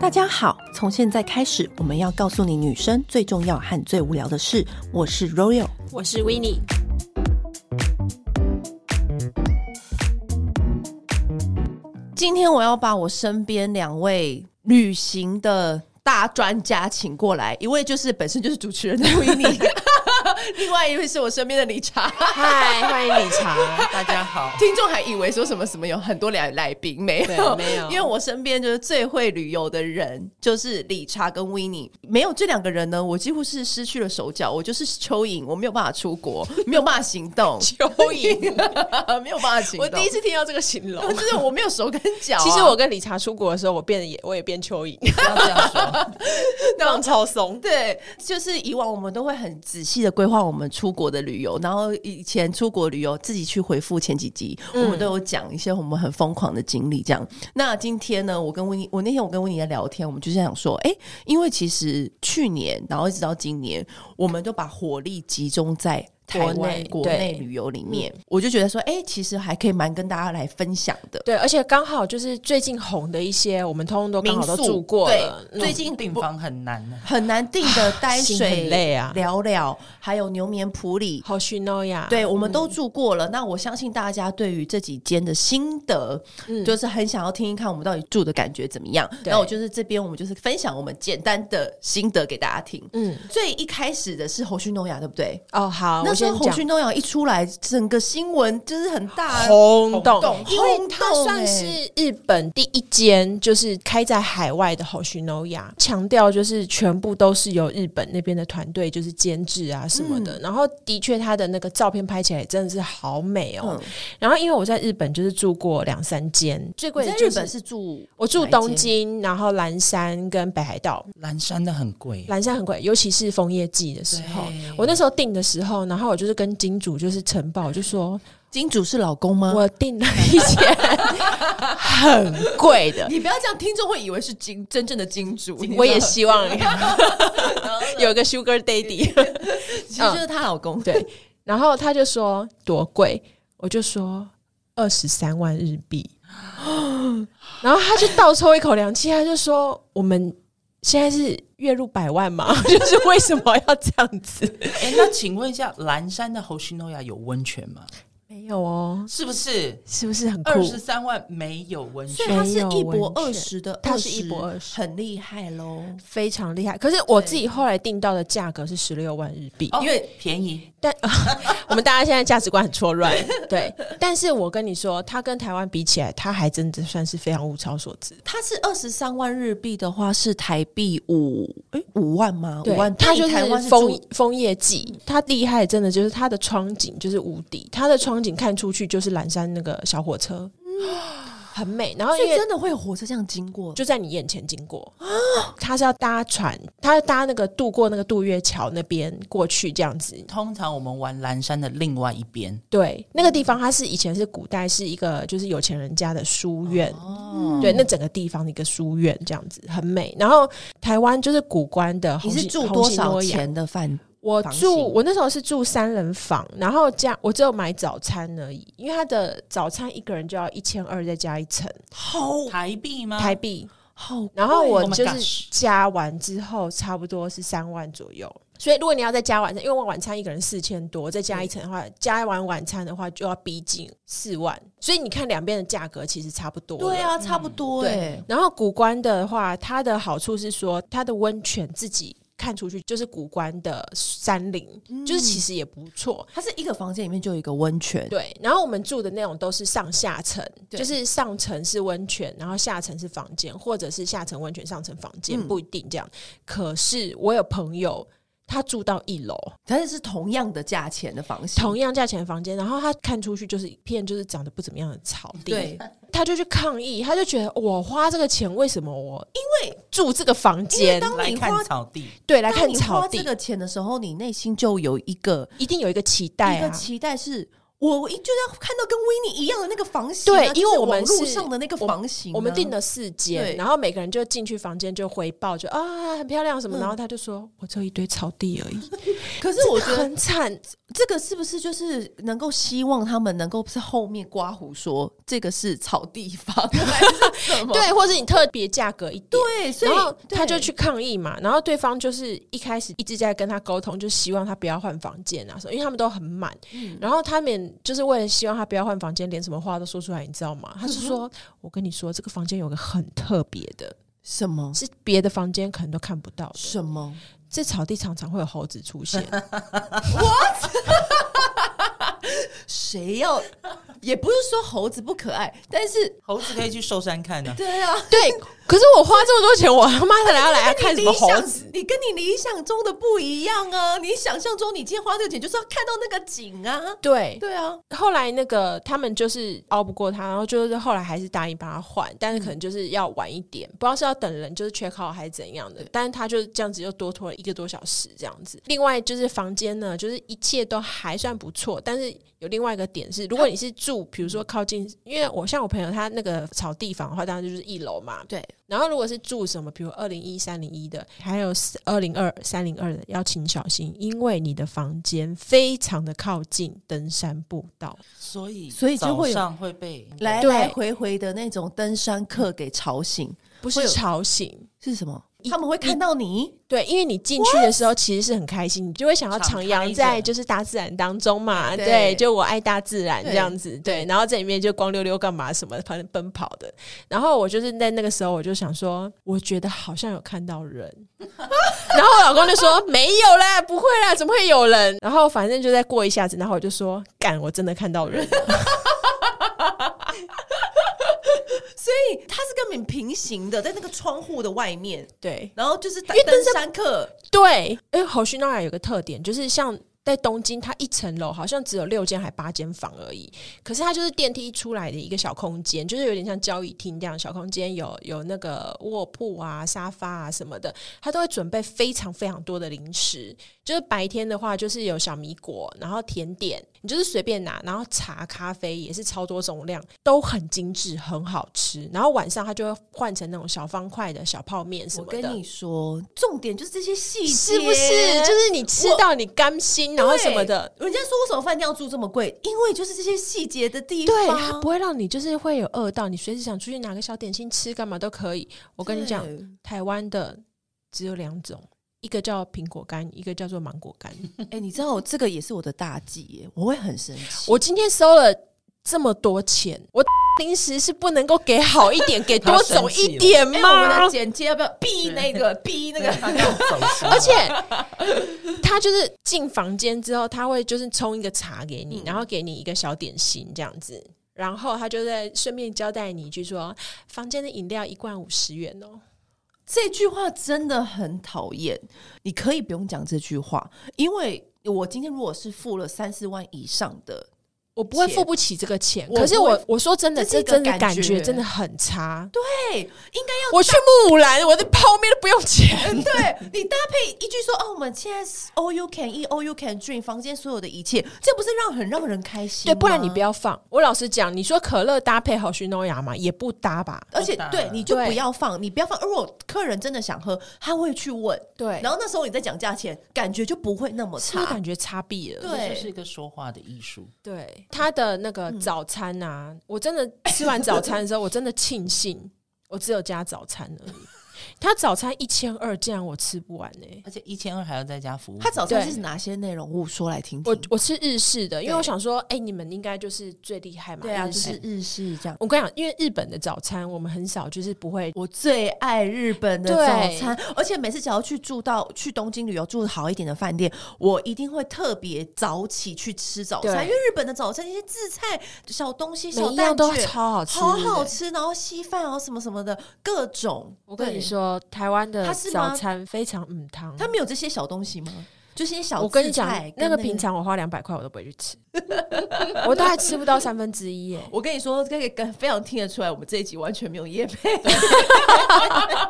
大家好，从现在开始，我们要告诉你女生最重要和最无聊的事。我是 Royal，我是 w i n n i e 今天我要把我身边两位旅行的大专家请过来，一位就是本身就是主持人的 w i n n i e 另外一位是我身边的理查。嗨，欢迎理查，大家好，听众还以为说什么什么有很多来来宾，啊没有对没有因为我身边就是最会旅游的人就是理查跟维尼，没有这两个人呢，我几乎是失去了手脚，我就是蚯蚓，我没有办法出国，没有办法行 动，蚯蚓。没有办法行动。我第一次听到这个形容。 就是我没有手跟脚啊、 其实我跟理查出国的时候，我变得也我也变蚯蚓，不要这样说。 放超松。对，就是以往我们都会很仔细的规划我们出国的旅嗯游，然后以前出国旅游自己去回复前几集，嗯我们都有讲一些我们很疯狂的经历。这样，那今天呢，我跟温妮，我那天我跟温妮在聊天，我们就是想说，哎、因为其实去年，然后一直到今年，我们都把火力集中在。台国湾内国对内旅游里面，我就觉得说，哎、其实还可以蛮跟大家来分享的。对，而且刚好就是最近红的一些，我们通通都刚好都住过对了。，最近订不房很难呢、很难定的啊呆心水很累啊聊聊，还有牛眠普里，好虚诺呀，对，我们都住过了。那我相信大家对于这几间的心得，就是很想要听一看我们到底住的感觉怎么样。嗯对那我就是这边，我们就是分享我们简单的心得给大家听。嗯，最一开始的是侯旭诺亚，对不对？哦，好，我那时先候侯讲旭诺亚一出来，整个新闻就是很大。轰动，动因为呃轰它动欸算是日本第一间就是开在海外的 Hoshinoya，强调就是全部都是由日本那边的团队就是监制啊什么嗯的。然后的确，它的那个照片拍起来真的是好美哦。嗯，然后因为我在日本就是住过两三间，最贵你的在就日是本是住我住哪一东间京，然后岚山跟北海道。蓝山的很贵，蓝山很贵，尤其是枫叶季的时候对。我那时候订的时候，然后我就是跟金主就是晨报，我就说金主是老公吗？我订了一间很贵 的，你不要这样，听众会以为是金真正的金主。我也希望 有一个 Sugar Daddy。其实就是她老公。 对，然后他就说多贵，我就说二十三万日币，然后他就倒抽一口凉气，他就说我们。现在是月入百万吗？ 就是为什么要这样子？哎、那请问一下，蓝山的侯西诺亚有温泉吗？没有哦，是不是？是不是很酷？二十三万没有温所泉以，她没是有一博完二全十的，她是一博20很厉害喽。非常厉害。可是我自己后来定到的价格是十六万日币，因为便宜。但、 我们大家现在价值观很错乱，对。但是我跟你说，它跟台湾比起来，它还真的算是非常物超所值。它是二十三万日币的话，是台币五诶五万吗？对五万，它那你就台湾是是枫住枫叶季，它厉害，真的就是它的窗景就是无敌，它的窗景看出去就是蓝山那个小火车，很美。然后嗯所因以为真的会有火车这样经过，就在你眼前经过，它是要搭船，它要搭那个渡过那个渡月桥那边过去这样子，通常我们玩蓝山的另外一边，对，那个地方它是以前是古代是一个就是有钱人家的书院，对，那整个地方的一个书院这样子很美。然后台湾就是古关的你红是星，住红多星少诺亚？钱的饭？我房住型我那时候是住三人房，然后加我只有买早餐而已，因为它的早餐一个人就要一千二，再加一层好台币吗？台币。好，然后我 Oh my 就是 gosh 加完之后，差不多是三万左右。所以如果你要再加晚餐，因为我晚餐一个人四千多，再加一层的话，加完晚餐的话就要逼近四万。所以你看两边的价格其实差不多。对。啊，差不多对哎。然后古关的话，它的好处是说，它的温泉自己看出去就是古关的山林，就是其实也不错。它是一个房间里面就有一个温泉，对，然后我们住的那种都是上下层，对就是上层是温泉，然后下层是房间，或者是下层温泉，上层房间、嗯不一定这样。可是我有朋友。他住到一楼，但是是同样的价钱的房型，同样价钱的房间，然后他看出去就是一片就是长得不怎么样的草地，对，他就去抗议，他就觉得我花这个钱为什么我因为住这个房间，当来你花看草地，对来当看你花草这地，个钱的时候，你内心就有一个一定有一个期一待个啊，期待是。我一就要看到跟维尼一样的那个房型啊、对，就因为是我们网是络上的那个我房型啊、我们订了四间对，然后每个人就进去房间就回报，就啊很漂亮什么，嗯然后他就说我只有一堆草地 而已，可是我觉得很惨，这个是不是就是能够希望他们能够在后面刮胡说这个是草地房 还是什么？对，或是你特别价格一点。对，所以然后他就对去抗议嘛，然后对方就是一开始一直在跟他沟通，就希望他不要换房间啊什么，因为他们都很满。然后他们就是为了希望他不要换房间，连什么话都说出来，你知道 吗？他是说：“我跟你说，这个房间有个很特别的，什么是别的房间可能都看不到的。什么？这草地常常会有猴子出现，谁要？也不是说猴子不可爱，但是猴子可以去寿山看 呢、对啊，对，可是我花这么多钱，我他妈的还要来哎看什么猴子？子？你跟你理想中的不一样啊！你想象中你今天花这个钱就是要看到那个景啊！对，对啊，后来那个他们就是熬不过他，然后就是后来还是答应帮他换，但是可能就是要晚一点，不知道是要等人就是缺考还是怎样的。但是他就这样子又多拖了一个多小时这样子。另外就是房间呢，就是一切都还算不错，但是有另外一个点是，如果你是住比如说靠近，因为我像我朋友他那个草地房的话，当然就是一楼嘛，对，然后如果是住什么，比如二零一、三零一的，还有二零二、三零二的，要请小心，因为你的房间非常的靠近登山步道。所以所以就会早有上会被来对来回回的那种登山客给吵醒不会是有吵醒。是什么？一他们会看到你，对，因为你进去的时候其实是很开心，你就会想要徜敞开徉着在就是大自然当中嘛，对对，就我爱大自然对这样子，对，然后在里面就光溜溜干嘛什么，反正奔跑的。然后我就是在那个时候，我就想说，我觉得好像有看到人， 然后我老公就说 没有啦，不会啦，怎么会有人？然后反正就再过一下子，然后我就说，干，我真的看到人了， 所以它是跟你平行的，在那个窗户的外面，对然后就是登因为登登山山客对，因为侯旭那有个特点，就是像。在东京，它一层楼好像只有六间还八间房而已，可是它就是电梯一出来的一个小空间，就是有点像交易厅这样小空间，有有那个卧铺啊、沙发啊什么的，它都会准备非常非常多的零食。就是白天的话，就是有小米果，然后甜点，你就是随便拿，然后茶、咖啡也是超多种量，都很精致，很好吃。然后晚上它就会换成那种小方块的小泡面什我么的。跟你说，重点就是这些细节，是不是？就是你吃到你甘心，然后什么的，对？人家说为什么饭店要住这么贵？因为就是这些细节的地对，方，它不会让你就是会有饿到，你随时想出去拿个小点心吃，干嘛都可以。我我跟你讲，台湾的只有两种，一个叫苹果干，一个叫做芒果干。哎、你知道这个也是我的大忌耶，我会很生气。我今天收了这么多钱，我 零食是不能够给好一点，给多种一点哎、我们吗的？剪接要不要逼那个 逼那那个个？他要走心，而且他就是进房间之后，他会就是冲一个茶给你，然后给你一个小点心这样子，然后他就在顺便交代你一句说，房间的饮料一罐五十元哦。这句话真的很讨厌。你可以不用讲这句话，因为我今天如果是付了三四万以上的，我不会钱付不起这个钱，我可是不会我我说真的，这是一这个真的感感觉觉真的很差。对，应该要我去木兰，我的泡面都不用钱。对你搭配一句说哦，我们现在是 all you can eat, all you can drink，房间所有的一切，这不是让很让人开 心？对，不然你不要，要放。我老实讲，你说可乐搭配好徐诺雅嘛，也不搭吧？而且不搭对你就对不要放，你不要放。如果客人真的想喝，他会去问，对然后那时候你再讲价钱，感觉就不会那么是不是差感。觉差别了？对这就是一个说话的艺术。对他的那嗯个早餐啊，我真的吃完早餐的时候，我真的庆幸我只有加早餐而已。他早餐一千二，竟然我吃不完欸呢、嗯而且一千二还要再加服务费，他早餐对是哪些内容物？说来听听。我我吃日式的，因为对我想说，哎、你们应该就是最厉害嘛，对啊，日就式是日式这样。我跟你讲，因为日本的早餐我们很少就是不会，我最爱日本的对早餐，而且每次只要去住到去东京旅游住好一点的饭店，我一定会特别早起去吃早餐，对因为日本的早餐那些自菜、小东西、每小一样蛋都卷。超好吃，好好对不对。吃，然后稀饭哦，什么什么的各种。我跟对你，说，台湾的它是吗早餐非常嗯汤。他们有这些小东西吗？就是一些小我跟你讲自菜，那跟个平，常我花两百块我都不会去吃， 我大概吃不到三分之一耶。我跟你说，这个跟非常听得出来，我们这一集完全没有 夜配。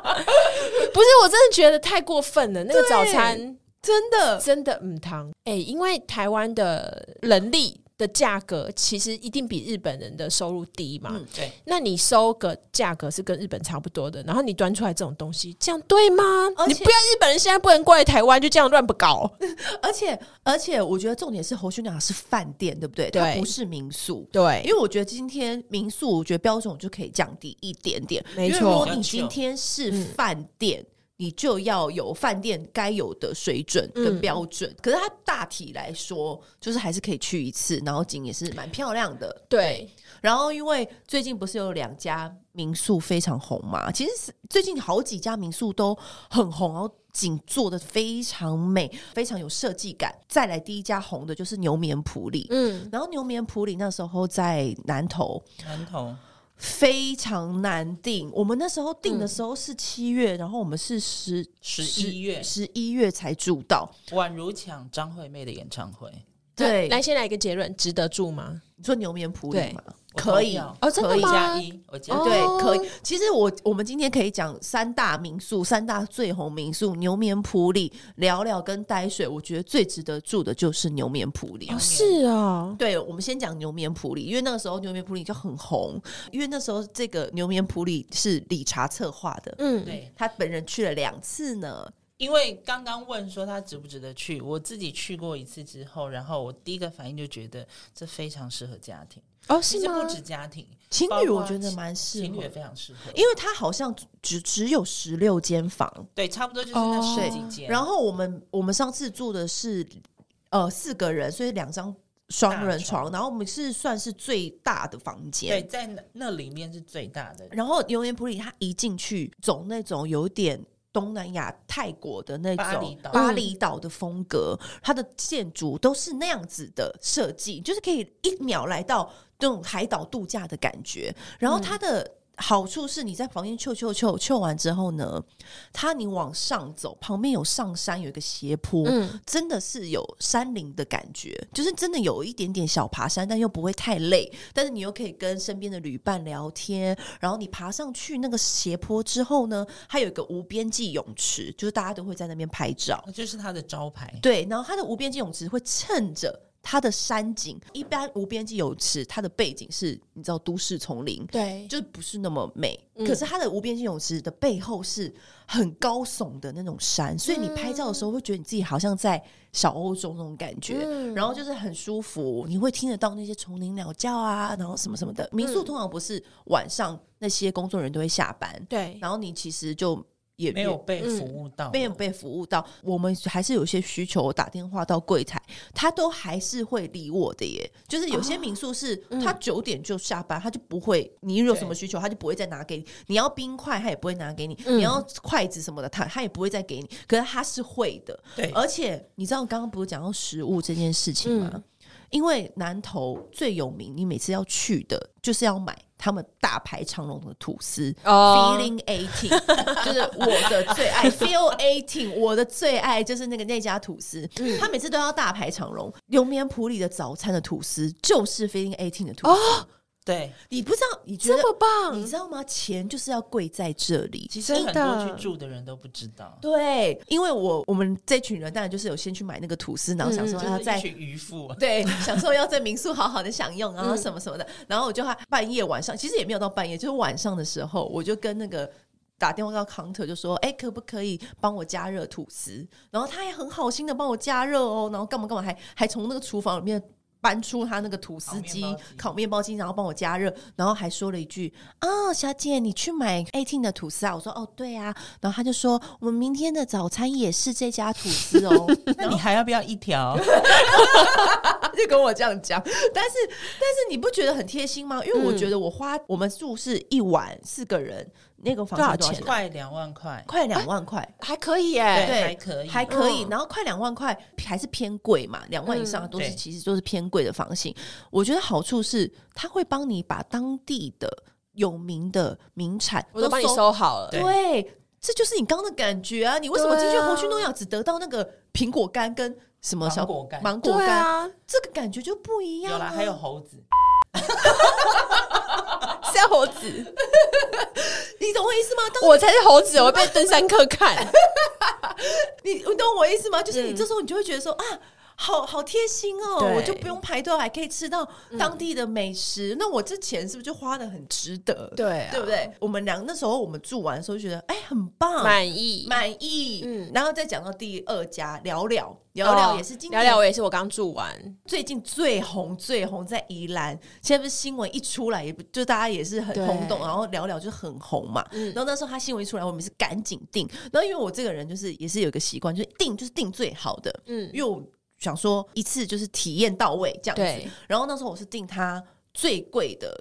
不是，我真的觉得太过分了。那个早餐真的，真的嗯汤，哎、因为台湾的人力的价格其实一定比日本人的收入低嘛。嗯对，那你收个价格是跟日本差不多的，然后你端出来这种东西，这样对吗？而且你不要日本人现在不能过来台湾就这样乱不搞，而且而且，我觉得重点是侯勋雅是饭店，对不对？它对不是民宿。因对，为我觉得今天民宿，我觉得标准就可以降低一点点。没错嗯因为如果你今天是饭店，你就要有饭店该有的水准嗯跟标准。可是它大体来说，就是还是可以去一次，然后景也是蛮漂亮的。对，然后因为最近不是有两家民宿非常红嘛，其实是最近好几家民宿都很红，然后景做的非常美，非常有设计感。再来第一家红的就是牛眠普里。嗯，然后牛眠普里那时候在南投，南投非常难订。我们那时候订的时候是七月，然后我们是十嗯十一月十一月才住到。宛如抢张惠妹的演唱会，对，来先来一个结论，值得住吗？你说牛眠普里对嘛，我啊可以投票哦真的可以吗加一，我加哦一对，可以。其实我我们今天可以讲三大民宿，三大最红民宿：牛眠普里、聊聊跟呆水。我觉得最值得住的就是牛眠普里。哦，是哦，对，我们先讲牛眠普里，因为那个时候牛眠普里就很红，因为那时候这个牛眠普里是理查策划的，嗯，对，他本人去了两次呢。因为刚刚问说它值不值得去，我自己去过一次之后，然后我第一个反应就觉得这非常适合家庭，哦，其是实不吗？止家庭，情包侣我括觉得情蛮适情合侣也的，非常适合，因为他好像只只有十六间房，对，差不多就是那哦十对几间，然后我们我们上次住的是呃四个人，所以两张双人床，然后我们是算是最大的房对，间。在那那里面是最大的，然后牛岩普里，他一进去走那种有点东南亚泰国的那巴种厘岛巴厘岛的风格，它的建筑都是那样子的设计，就是可以一秒来到这种海岛度假的感觉。然后它的。好处是你在房间嗅嗅嗅嗅完之后呢，它你往上走，旁边有上山，有一个斜坡，嗯，真的是有山林的感觉，就是真的有一点点小爬山，但又不会太累，但是你又可以跟身边的旅伴聊天。然后你爬上去那个斜坡之后呢，它有一个无边际泳池，就是大家都会在那边拍照。那就是它的招牌，对，然后它的无边际泳池会衬着。它的山景，一般无边际泳池，它的背景是你知道都市丛林，对，就不是那么美。嗯可是它的无边际泳池的背后是很高耸的那种山，所以你拍照的时候会觉得你自己好像在小欧洲那种感觉。嗯然后就是很舒服，你会听得到那些虫鸣鸟叫啊，然后什么什么的。民宿通常不是晚上那些工作人员都会下班，对，然后你其实就也没有被服务到，嗯没有被服务到，我们还是有些需求，我打电话到柜台，他都还是会理我的耶。就是有些民宿是、他九点就下班，他就不会，你有什么需求，他就不会再拿给你。你要冰块，他也不会拿给你；嗯你要筷子什么的，他他也不会再给你。可是他是会的，对，而且你知道刚刚不是讲到食物这件事情吗？嗯因为南投最有名，你每次要去的就是要买他们大排长龙的吐司，哦 Feeling Eighteen，就是我的最爱。Feel Eighteen，我的最爱就是那个那家吐司，他每次都要大排长龙。牛眠普里的早餐的吐司就是 Feeling Eighteen 的吐司，对，你不知道？你觉这得么棒你，知道吗？钱就是要贵在这里。其实很真的多去住的人都不知道，对，因为我我们这群人当然就是有先去买那个吐司，然后想说嗯啊要就是一在群渔夫 啊，对，享受要在民宿好好的享用，然后什么什么的。然后我就还半夜晚上，其实也没有到半夜，就是晚上的时候，我就跟那个。打电话到 counter 就说：“哎、可不可以帮我加热吐司？”然后他也很好心的帮我加热哦，然后干嘛干嘛还还从那个厨房里面搬出他那个吐司机烤面包机、烤面包机，然后帮我加热，然后还说了一句：“哦，小姐，你去买 eighteen 的吐司啊？”我说：“哦，对啊。”然后他就说：“我们明天的早餐也是这家吐司哦。” 那你还要不要一条？就跟我这样讲。但是，但是你不觉得很贴心吗？因为我觉得我花、我们住是一晚四个人，那个房间多多少少钱钱？啊快两万块，快两万块。还可以对，耶，还可以，还可以，嗯然后快两万块还是偏贵嘛，两万以上都是、对其实都是偏贵的房型。我觉得好处是，它会帮你把当地的有名的名产我都帮你收收好了，对对，这就是你刚刚的感觉啊！你为什么进去对啊红须诺亚只得到那个苹果干跟什么小芒果干芒果对干、啊，这个感觉就不一样、有啦，啊。还有猴子，是要猴子，你懂我意思吗？当我才是猴子，我被登山客看，你你懂我意思吗？就是你这时候你就会觉得说、啊。好好贴心嗯哦！对嗯我就不用排队，还可以吃到当地的美食。那我这钱是不是就花的很值得？ 对啊对不对？我们俩那时候我们住完的时候就觉得，哎，很嗯棒，满意。满意。嗯然后再讲到第二家聊聊，聊聊也是今哦聊年聊，我也是我刚住完，最近最红最红在宜兰，现在不是新闻一出来，也不就大家也是很对轰动，然后聊聊就很红嘛。嗯然后那时候他新闻一出来，我们是赶紧订。然后因为我这个人就是也是有一个习惯，就是订就是订最好的，嗯，因为我想说一次就是体验到位这样子对。然后那时候我是订它最贵的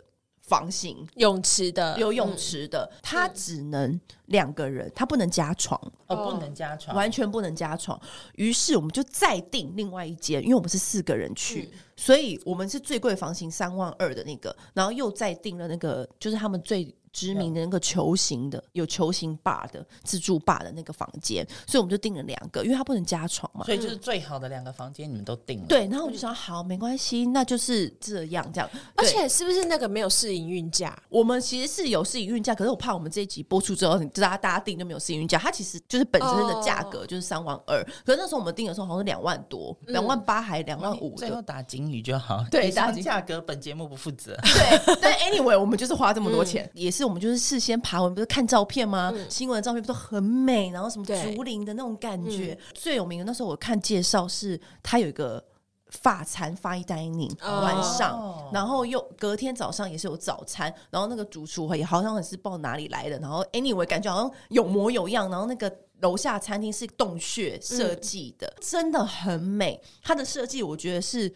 房型，泳池的有泳池的，它只能两个人，它不能加床。哦，哦不能加床，完全不能加床。于是我们就再订另外一间，因为我们是四个人嗯去，所以我们是最贵房型三万二的那个，然后又再订了那个，就是他们最。知名的那个球形的有球形坝的自助坝的那个房间，所以我们就订了两个，因为它不能加床嘛。所以就是最好的两个房间你们都定了，，嗯对，然后我就想，好，没关系，那就是这样这样。嗯而对且是不是那个没有试营运价？我们其实是有试营运价，可是我怕我们这一集播出之后，你知道大家定就没有试营运价。它其实就是本身的价哦格就是三万二，可是那时候我们定的时候好像是两万多，嗯两万八还两万五最后的。打金鱼就好，对以上打金价格本节目不 负责，对，但 anyway，我们就是花这么嗯多钱，也是我们就是事先爬文，不是看照片吗？新闻的照片不都很美，然后什么对嗯竹林的那种感觉，最有名的那时候我看介绍是它有一个。法餐 fine dining 哦晚上，哦然后又隔天早上也是有早餐，然后那个主厨也好像也是不知道哪里来的，然后 anyway 感觉好像有模有样，然后那个楼下餐厅是洞穴嗯设计的，真的很美。它的设计我觉得是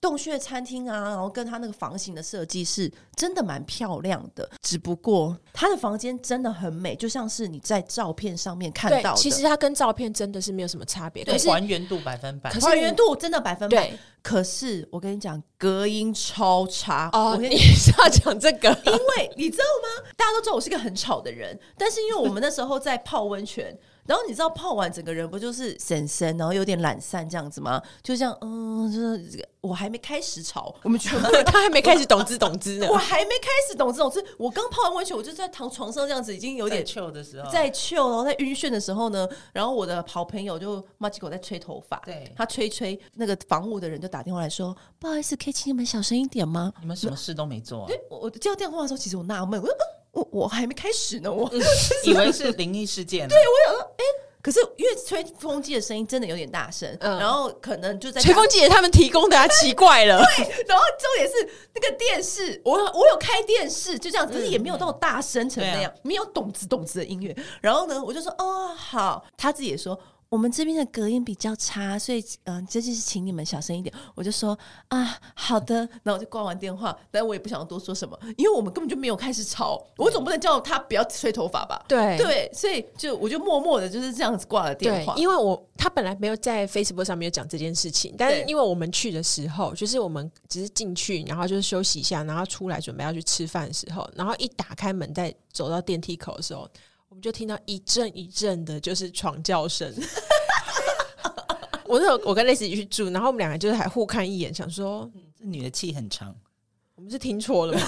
洞穴餐厅啊，然后跟它那个房型的设计是真的蛮漂亮的，只不过它的房间真的很美，就像是你在照片上面看对到，的，其实它跟照片真的是没有什么差别，对可是还原度百分百可。是还原度真的百分百。对可是我跟你讲，隔音超差哦，我跟你是要讲这个？因为你知道吗？大家都知道我是个很吵的人，但是因为我们那时候在泡温泉，然后你知道泡完整个人不就是神神，然后有点懒散这样子吗？就这样，嗯，就是这个我还没开始吵，我们全部。他还没开始懂之懂之呢我。还没开始懂这种事，我刚泡完温泉，我就在躺床上这样子，已经有有点点 chill 嗯的时候，在 chill，然后在晕眩的时候呢，然后我的好朋友就马吉狗在吹头发，对他吹一吹，那个房务的人就打电话来说，不好意思，可以请你们小声一点吗？你们什么事都没 做啊、对，我我接到电话的时候，其实我纳闷，我说、嗯、我我还没开始呢，嗯我。以为是灵异事件呢，啊可是因为吹风机的声音真的有点大声，嗯然后可能就在 吹风机也是他们提供的啊，奇怪了。 然后重点是那个电视，我我有开电视，就这样，可是也没有到大声成那对样，没有咚子咚子的音乐。然后呢，我就说哦好，他自己也说。我们这边的隔音比较差，所以嗯、呃这就是请你们小声一点。我就说啊，好的，然后我就挂完电话，但我也不想多说什么，因为我们根本就没有开始吵，我总不能叫他不要吹头发吧？对对，所以就我就默默的就是这样子挂了电对话，。因为我他本来没有在 Facebook 上面有讲这件事情，但是对因为我们去的时候，就是我们只是进去，然后就是休息一下，然后出来准备要去吃饭的时候，然后一打开门，在走到电梯口的时候，我们就听到一阵一阵的，就是床叫 声。我那时候我跟类似一起去住，然后我们两个就是还互看一眼，想说嗯这女的气很长，我们是听错了吗？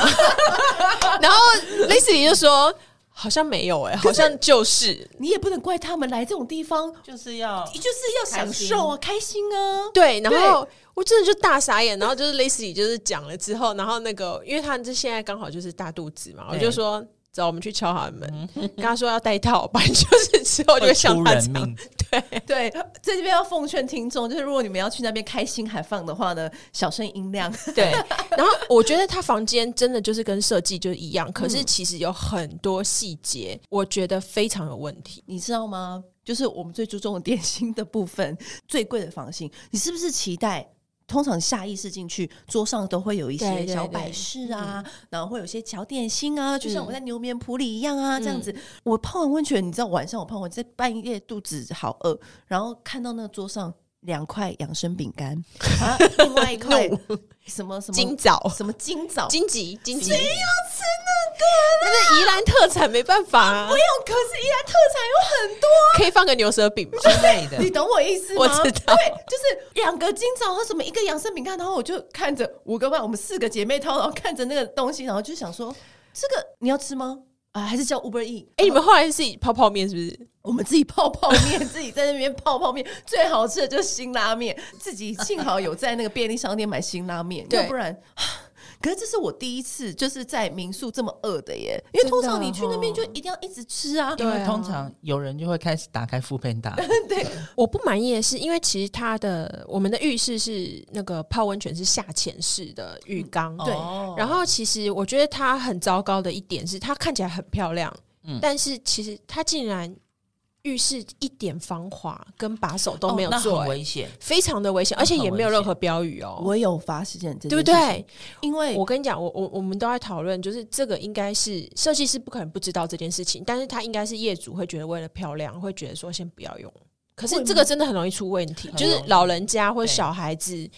然后类似就说好像没有哎、好像就是你也不能怪他们来这种地方，就是要哦就是要享受啊，开心啊。对，然后我真的就大傻眼，然后就是 Lacy 就是讲了之后，然后那个因为他这现在刚好就是大肚子嘛，我对就说走，我们去敲他的门，跟他说要带套，不然就是之 后就会像出他人这样。命，对，在这边要奉劝听众，就是如果你们要去那边开心海放的话呢，小声音量。 对，然后我觉得他房间真的就是跟设计就是一样，可是其实有很多细节，我觉得非常有问题。你知道吗？就是我们最注重的点心的部分，最贵的房型，你是不是期待？通常下意识进去，桌上都会有一对些对对嗯小摆饰啊，然后会有一些小点心啊，就像我在牛眠铺里一样啊，这样子。嗯我泡完温泉，你知道晚上我泡完，在半夜肚子好饿，然后看到那个桌上两块养生饼干， 啊，另外一块什么什今么早。什么金枣，荆棘，荆棘，谁要吃那个？那是宜兰特产，没办法、啊，有，可是宜兰特产有 很多啊、可以放个牛舌饼吗？之类的你。懂我意思吗？我知道对，就是两个金枣和什么一个养生饼干，然后我就看着五个半，我们四个姐妹淘，然后看着那个东西，然后就想说，这个你要吃吗？啊，还是叫 Uber E？哎、你们后来是自己泡泡面是不是？我们自己 泡泡面，自己在那边泡泡面，最好吃的就是辛拉面。自己幸好有在那个便利商店买辛拉面，对要不然。 可是这是我第一次，就是在民宿这么饿的耶，因为通常你去那边就一定要一直吃啊。对因啊 为通常有人就会开始打开副片打，我不满意的是，因为其实它的我们的浴室是那个泡温泉是下潜式的浴缸，对哦然后其实我觉得它很糟糕的一点是，它看起来很漂亮，嗯但是其实它竟然浴室一点防滑跟把手都没有哦那做、欸很危 险。非常的危险，而且也没有任何标语哦。我有发现这件事情对不？对？因为我跟你讲，我我我们都在讨论，就是这个应该是设计师不可能不知道这件事情，但是他应该是业主会觉得为了漂亮，会觉得说先不要用。可是会吗这个真的很容易出问题，很就是容易老人家或对小孩子，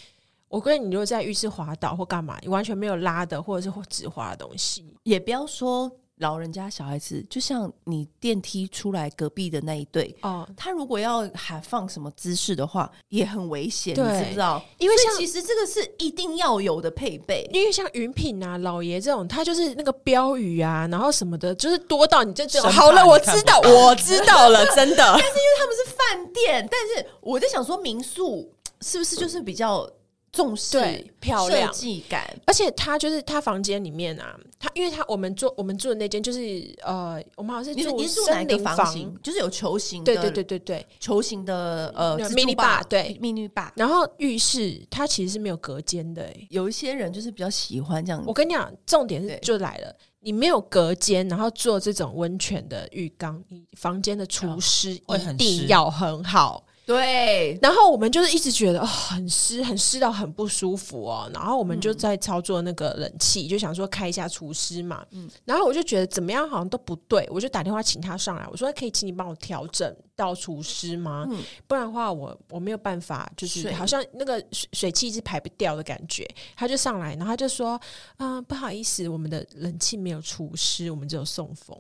我跟你如果在浴室滑倒或干嘛，你完全没有拉的或者是直滑的东西，也不要说老人家、小孩子，就像你电梯出来隔壁的那一对，哦，他如果要喊放什么姿势的话，也很危险，你对知不知道？因为所以像其实这个是一定要有的配备。因为像云品啊、老爷这种，他就是那个标语啊，然后什么的，就是多到你就只有生怕好了，你我看知不道，我知道了，真的。他们是饭店，但是我在想说，民宿是不是就是比较重视对漂亮设计感？而且他就是他房间里面啊，他因为他我们住我们住的那间就是呃，我们好像是你住你是住哪森一个林房型？嗯就是有球形的，对对对对对。球形的呃那自助 mini bar，对，mini bar。然后浴室它其实是没有隔间的、欸，有一些人就是比较喜欢这样我跟你讲，重点是对就来了，你没有隔间，然后做这种温泉的浴缸，你房间的厨师会很一定湿要很好。对，然后我们就是一直觉得哦，很湿，很湿到很不舒服哦。然后我们就在操作那个冷气，就想说开一下除湿嘛。嗯然后我就觉得怎么样好像都不对，我就打电话请他上来，我说可以请你帮我调整到除湿吗？嗯不然的话我我没有办法，就是水好像那个水水汽一直排不掉的感觉。他就上来，然后他就说，啊、不好意思，我们的冷气没有除湿，我们只有送风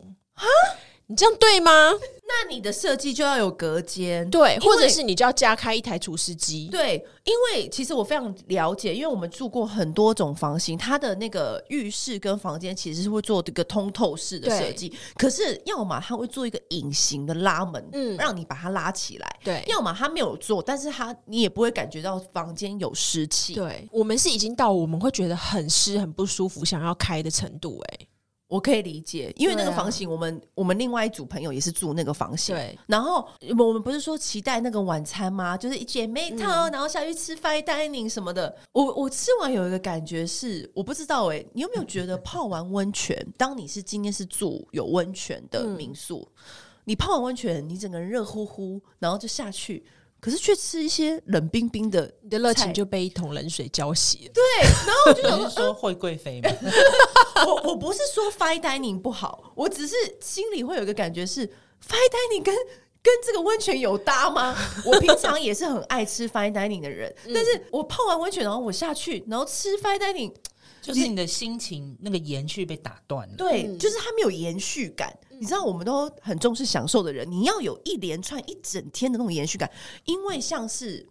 你这样对吗？那你的设计就要有隔间，对，或因者为是你就要加开一台除湿机。对，因为其实我非常了解，因为我们住过很多种房型，它的那个浴室跟房间其实是会做这个通透式的设计，可是要么它会做一个隐形的拉门，嗯让你把它拉起来；对要么它没有做，但是它你也不会感觉到房间有湿气。对，我们是已经到我们会觉得很湿、很不舒服，想要开的程度、哎，我可以理解，因为那个对啊房型，我们、我们另外一组朋友也是住那个房型。对然后我们不是说期待那个晚餐吗？就是一姐妹套，嗯然后下去吃 fine dining 什么的。我我吃完有一个感觉是，我不知道哎、你有没有觉得泡完温泉，当你是今天是住有温泉的民宿，嗯你泡完温泉，你整个人热乎乎，然后就下去，可是却吃一些冷冰冰的你的热菜情就被一桶冷水浇熄了。你是说惠贵妃吗？ 我我不是说 fine dining 不好，我只是心里会有一个感觉是 fine dining 跟跟这个温泉有搭吗？我平常也是很爱吃 fine dining 的人，但是我泡完温泉然后我下去，然后吃 fine dining，就是你的心情那个延续被打断了。对，嗯就是它没有延续感。你知道，我们都很重视享受的人，你要有一连串一整天的那种延续感，因为像是。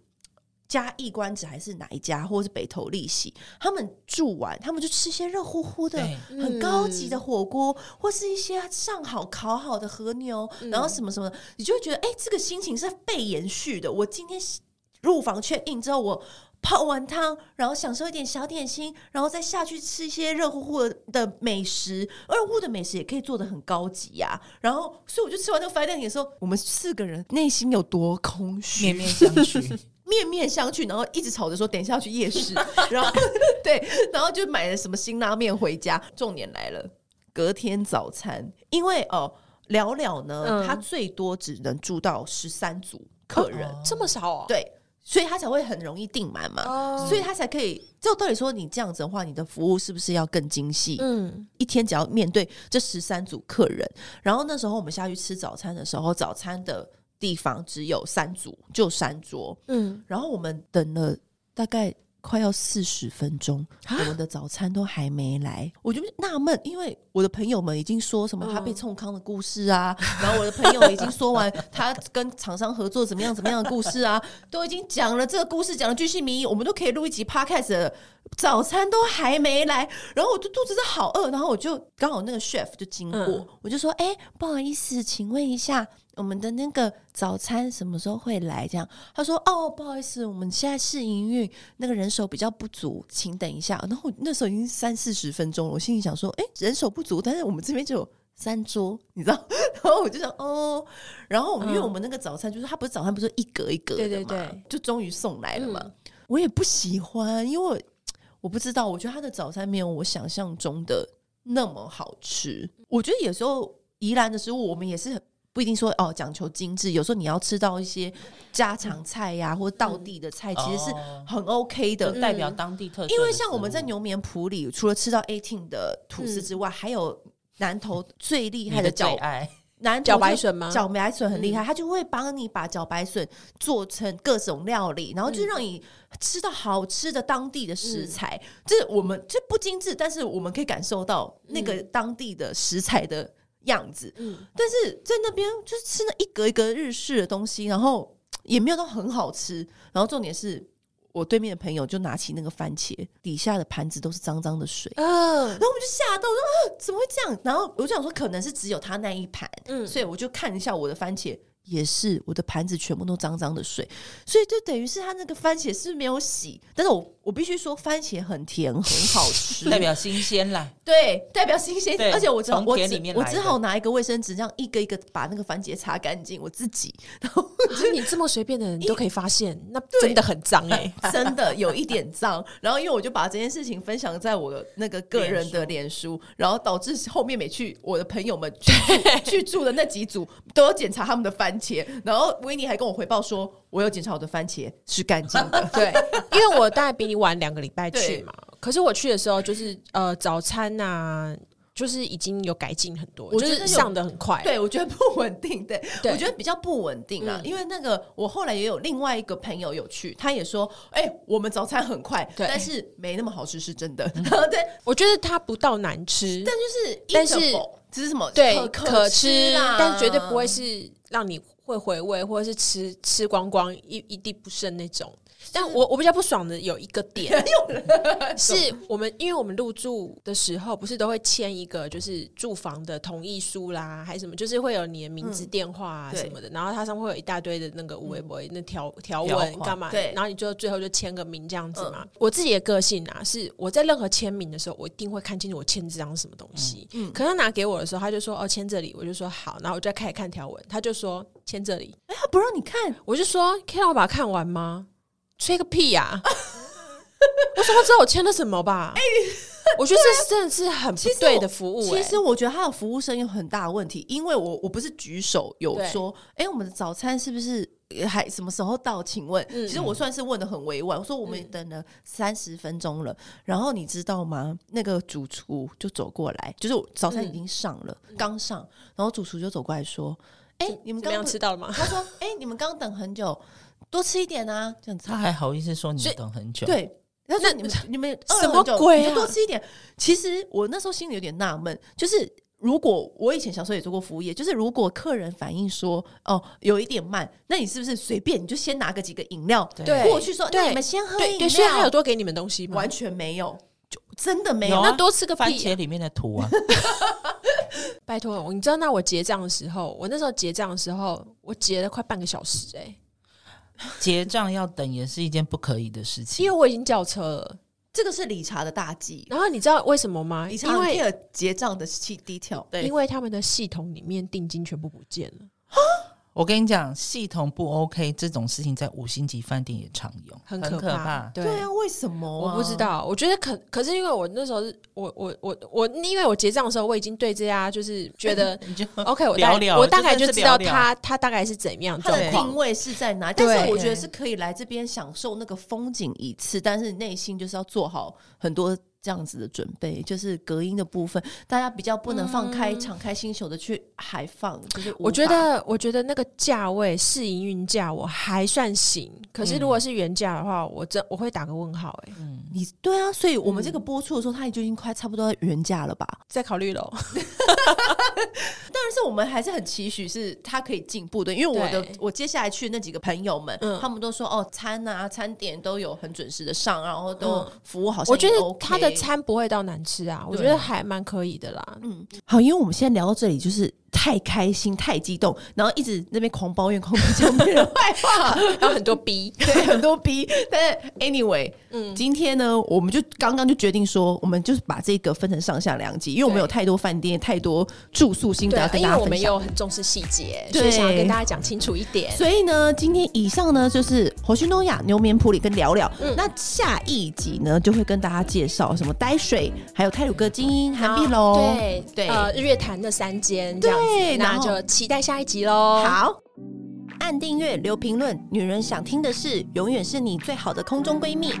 嘉义官子还是哪一家，或者是北投利喜，他们住完，他们就吃一些热乎乎的，对，很高级的火锅，或是一些上好烤好的和牛，然后什么什么的，你就会觉得，哎、这个心情是被延续的。我今天入房 check in 之后，我泡完汤，然后享受一点小点心，然后再下去吃一些热乎乎的美食。二呃乎的美食也可以做的很高级呀、然后，所以我就吃完那个 fine dining 的时候，我们四个人内心有多空虚，面面相觑。面面相觑，然后一直吵着说等一下要去 夜市，然后对，然后就买了什么辛拉面回家。重点来了，隔天早餐，因为哦，聊聊呢，嗯他最多只能住到十三组客人，哦这么少哦、对，所以他才会很容易订满嘛。哦所以他才可以，照道理说，你这样子的话，你的服务是不是要更精细？嗯，一天只要面对这十三组客人。然后那时候我们下去吃早餐的时候，早餐的地方只有三组，就三桌。嗯，然后我们等了大概快要四十分钟，我们的早餐都还没来，我就纳闷，因为我的朋友们已经说什么嗯他被冲康的故事啊， 然后我的朋友已经说完他跟厂商合作怎么样怎么样的故事啊，都已经讲了这个故事，讲了巨细靡遗，我们都可以录一集 podcast 了。早餐都还没来，然后我就肚子是好饿，然后我就刚好那个 chef 就经过，嗯我就说：“哎、不好意思，请问一下，我们的那个早餐什么时候会来？”这样，他说：“哦，不好意思，我们现在试营运，那个人手比较不足，请等一下。”然后我那时候已经三四十分钟了，我心里想说：“哎、人手不足，但是我们这边就有。”三桌，你知道？然后我就想哦，然后我们、因为嗯我们那个早餐就是它不是早餐，不是一格一格的嘛，对对对就终于送来了嘛。嗯我也不喜欢，因为我我不知道，我觉得他的早餐没有我想象中的那么好吃。我觉得有时候宜兰的食物，我们也是很不一定说哦讲求精致，有时候你要吃到一些家常菜呀、或道地的菜，哎其实是哦很 OK 的。就代表当地特色的食因物。为像我们在牛棉埔里，除了吃到 eighteen 的吐司之外，还有南投嗯最厉害你的最饺爱，南茭投白就笋吗？茭白笋很厉害，它就会帮你把茭白笋做成各种料理，然后就让你吃到好吃的当地的食材。这我们这不精致，但是我们可以感受到那个当地的食材的样子。嗯，但是在那边就是吃那一格一格日式的东西，然后也没有到很好吃。然后重点是我对面的朋友就拿起那个番茄，底下的盘子都是脏脏的水。嗯然后我们就吓到，我说、啊、怎么会这样？然后我就想说，可能是只有他那一盘，嗯所以我就看一下我的番茄，也是我的盘子全部都脏脏的水，所以就等于是他那个番茄是没有洗。但是我我必须说，番茄很甜，很好吃， 代表新鲜啦。对代表新鲜对。而且我只好从我田只里面我来只的好拿一个卫生纸，这样一个一个把那个番茄擦干净，我自己。然后啊你这么随便的人都可以发 现，那真的很脏哎。。真的有一点脏。然后因为我就把这件事情分享在我的那个个人的脸书，然后导致后面每去我的朋友们去住去住的那几组都有检查他们的番茄，然后维尼还跟我回报说，我有检查我的番茄是干净 的对，因为我大概比你晚两个礼拜对去嘛，可是我去的时候就是呃早餐呐、就是已经有改进很多，我就觉得是有上的很快。对，我觉得不稳定，对对我觉得比较不稳定啊，嗯因为那个我后来也有另外一个朋友有去，他也说，哎、我们早餐很快，对嗯但是没那么好吃是真的，然 后对，我觉得它不到难吃，但就是但是 eatable，只是什么对可吃啦，但绝对不会是让你会回味，或者是吃吃光光一一滴不剩那种。但我我比较不爽的有一个点，是我们因为我们入住的时候，不是都会签一个就是住房的同意书啦，还是什么，就是会有你的名字、电话啊对什么的，然后它上面会有一大堆的那个微博那条条条文款干嘛的，哦对嗯然后你就最后就签个名这样子嘛。我自己的个性啊，是我在任何签名的时候，我一定会看清楚我签这张是什么东西。嗯可是他拿给我的时候，他就说哦签这里，我就说好，然后我就开始看条文，他就说签这里，他不让你看，我就说可以让我把它看完吗？吹个屁呀、 我怎么知道我签了什么吧？ 我觉得这是真的是很不哎其实对我的服务、其欸实我觉得他的服务生有很大的问题，因为我我不是举手有对说，哎、我们的早餐是不是呃还什么时候到？请问，嗯其实我算是问的很委婉，我说我们等了三十分钟了，然后你知道吗？那个主厨就走过来，就是我早嗯餐已经上了，刚、上，然后主厨就走过来说，哎、你们怎么刚 样不吃到了吗？他说，哎、你们刚等很久，多吃一点啊，这样子他。还哎好意思说你所以们等很久？，对，他说你们 你们饿了什么很久鬼啊你就多吃一点。其实我那时候心里有点纳闷，就是如果我以前小时候也做过服务业，就是如果客人反映说哦有一点慢，那你是不是随便你就先拿个几个饮料对过去说，那对你们先喝对饮对，虽然他有料，多给你们东西嘛完，全没有，就真的没有有。啊那多吃个番屁呀、茄里面的图啊，拜托，你知道那我结账的时候，我那时候结账的时候，我结了快半个小时哎、结账要等也是一件不可以的事情因。为我已经叫车了。这个是理查的大忌，然后你知道为什么吗？理查因很为 care 结账的细 detail，对因为他们的系统里面定金全部不见了，我跟你讲，系统不 OK 这种事情，在五星级饭店也常有，很可可怕。对啊，为什么啊、我不知道，我觉得可可是因为我那时候是我我我我，因为我结账的时候我已经对这家就是觉得你就 OK，我聊大聊我大概就就真的是知道聊聊他他大概是怎么样它状的定况。位是在哪？对但是我觉得是可以来这边享受那个风景一次，但是内心就是要做好很多这样子的准备，就是隔音的部分，大家比较不能放开、敞开心胸的去海放，就是嗯我无觉法得，我觉得那个价位试营运价我还算行，可是如果是原价的话，我真我会打个问号、哎，嗯，你对啊，所以我们这个播出的时候，它也就已经快差不多原价了吧？再考虑哦喽。但是我们还是很期许是它可以进步的，因为我的对我接下来去那几个朋友们，嗯他们都说哦，餐啊餐点都有很准时的上，然后都嗯服务好像我觉也 OK、得他的餐不会到难吃啊，我觉得还蛮可以的啦。嗯，好，因为我们现在聊到这里，就是太开心、太激动，然后一直那边狂抱怨、狂讲别人坏话，还有很多 B，对，很多逼。但是 anyway，嗯，今天呢，我们就刚刚就决定说，我们就是把这个分成上下两集，因为我们对有太多饭店、太多住宿心得对要啊，跟因大为家我分们享。又很重视细节，对所以想要跟大家讲清楚一点。所以呢，今天以上呢就是火星东亚牛眠普里跟聊聊。嗯那下一集呢就会跟大家介绍什么呆水，还有泰鲁格精英、韩碧楼。对对呃，日月潭那三间这样对子，然那后就期待下一集喽。，好，按订阅，留评论，女人想听的事，永远是你最好的空中闺蜜。